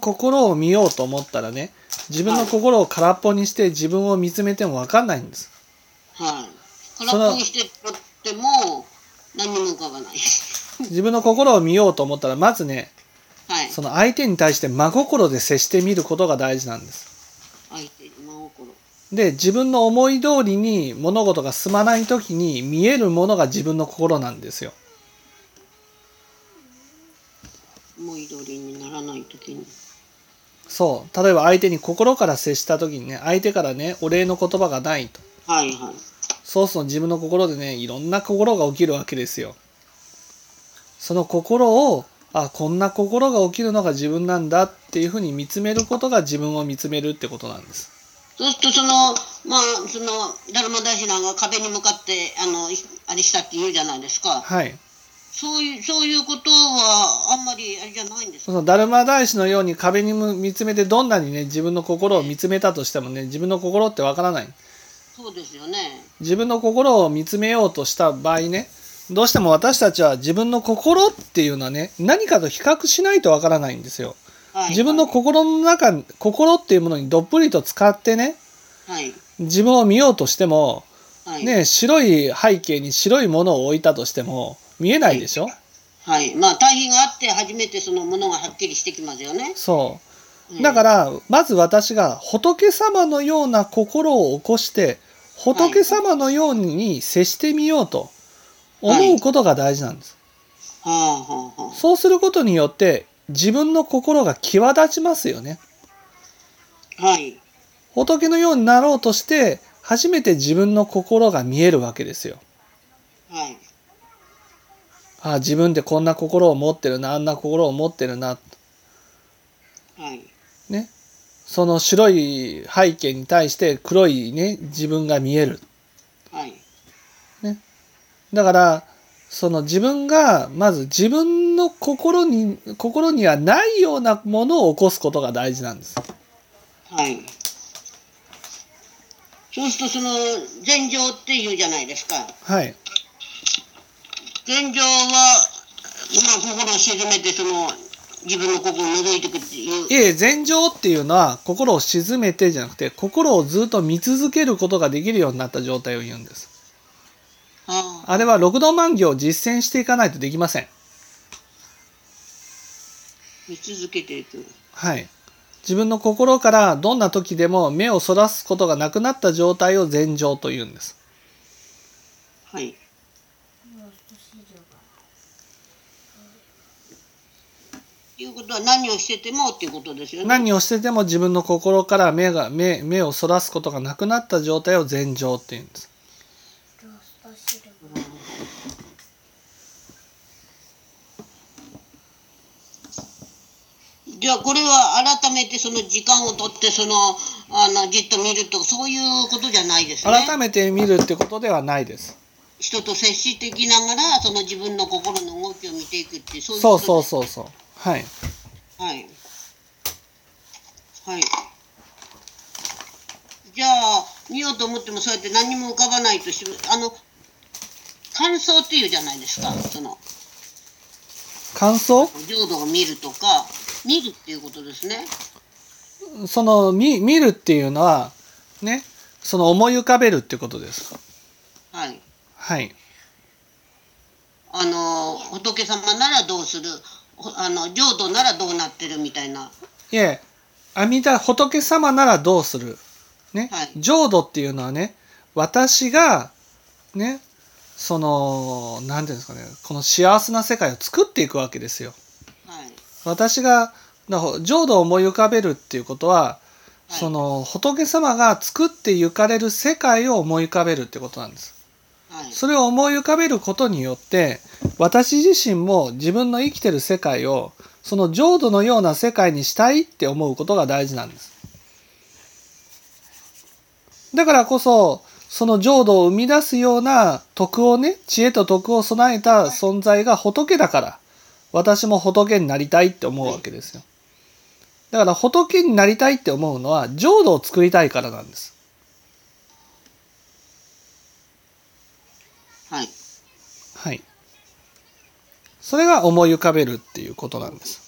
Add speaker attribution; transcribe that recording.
Speaker 1: 心を見ようと思ったらね自分の心を空っぽにして自分を見つめても分かんないんです
Speaker 2: はい。
Speaker 1: の
Speaker 2: 空っぽにしてとっても何にも浮か ばない。
Speaker 1: 自分の心を見ようと思ったらまずね
Speaker 2: はい。
Speaker 1: その相手に対して真心で接してみることが大事なんです
Speaker 2: 相手に真心。
Speaker 1: で自分の思い通りに物事が進まない時に見えるものが自分の心なんですよ
Speaker 2: 思い通りにならないときに。
Speaker 1: そう例えば相手に心から接した時にね相手からねお礼の言葉がないと
Speaker 2: はいはい。
Speaker 1: そうすると自分の心でねいろんな心が起きるわけですよその心をあこんな心が起きるのが自分なんだっていうふうに見つめることが自分を見つめるってことなんです
Speaker 2: そうするとそのまあそのダルマ大師なんか壁に向かってあのいあれしたって言うじゃないですか。
Speaker 1: はい
Speaker 2: そういうそういうことはあんまりあれじゃないんです
Speaker 1: そ
Speaker 2: か。
Speaker 1: のダルマ大師のように壁にむ見つめてどんなにね自分の心を見つめたとしてもね自分の心ってわからない
Speaker 2: そうですよね。
Speaker 1: 自分の心を見つめようとした場合ねどうしても私たちは自分の心っていうのはね何かと比較しないとわからないんですよ
Speaker 2: はい。
Speaker 1: 自分の心の中に心っていうものにどっぷりと使ってね
Speaker 2: はい
Speaker 1: 自分を見ようとしても
Speaker 2: はい。
Speaker 1: ね白い背景に白いものを置いたとしても見えないでしょ
Speaker 2: はい。まあ対比があって初めてそのものがはっきりしてきますよね。
Speaker 1: そう
Speaker 2: うん
Speaker 1: だからまず私が仏様のような心を起こして仏様のように接してみようと思うことが大事なんです。
Speaker 2: はあはあはあ。
Speaker 1: そうすることによって自分の心が際立ちますよね。
Speaker 2: はい。
Speaker 1: 仏のようになろうとして初めて自分の心が見えるわけですよ。
Speaker 2: はい。
Speaker 1: ああ自分ってこんな心を持ってるなあんな心を持ってるな
Speaker 2: はい。
Speaker 1: ね。その白い背景に対して黒いね自分が見える。
Speaker 2: はい。
Speaker 1: だからその自分がまず自分の心に心にはないようなものを起こすことが大事なんです。
Speaker 2: はい。そうするとその禅情っていうじゃないですか。
Speaker 1: はい。
Speaker 2: 禅情はまあ心を沈めてその自分の心を覗いていくっていう
Speaker 1: い。え、禅情っていうのは心を沈めてじゃなくて心をずっと見続けることができるようになった状態を言うんです。
Speaker 2: ああ
Speaker 1: あれは六道万行を実践していかないとできません。
Speaker 2: 見続けていく。
Speaker 1: はい。自分の心からどんな時でも目をそらすことがなくなった状態を禅情と言うんです。
Speaker 2: はい。ということは何をしててもっていうことですよね。
Speaker 1: 何をしてても自分の心から目が目目をそらすことがなくなった状態を禅情っていうんです。
Speaker 2: じゃあこれは改めてその時間をとってそのあのじっと見るとそういうことじゃないですね。
Speaker 1: 改めて見るってことではないです。
Speaker 2: 人と接していきながらその自分の心の動きを見ていくっていうそういう
Speaker 1: そうそう
Speaker 2: う
Speaker 1: そうそう。はい。
Speaker 2: はいはいじゃあ見ようと思ってもそうやって何も浮かばないとしあの感想っていうじゃないですかその
Speaker 1: 感想
Speaker 2: 浄土を見るとか見るっていうことですね
Speaker 1: その見見るっていうのはねその思い浮かべるってことです。
Speaker 2: はい
Speaker 1: はい。
Speaker 2: あの仏様ならどうするほあの浄土ならどうなってるみたいない
Speaker 1: え阿弥陀仏様ならどうするね、
Speaker 2: はい
Speaker 1: 浄土っていうのはね私がねその何ていうんですかねこの幸せな世界を作っていくわけですよ。
Speaker 2: はい
Speaker 1: 私がな浄土を思い浮かべるっていうことは、
Speaker 2: はい
Speaker 1: その仏様が作ってゆかれる世界を思い浮かべるってことなんです。
Speaker 2: はい
Speaker 1: それを思い浮かべることによって私自身も自分の生きてる世界をその浄土のような世界にしたいって思うことが大事なんです。だからこそその浄土を生み出すような徳をね知恵と徳を備えた存在が仏だから私も仏になりたいって思うわけですよ。だから仏になりたいって思うのは浄土を作りたいからなんです。
Speaker 2: はい
Speaker 1: はい。それが思い浮かべるっていうことなんです。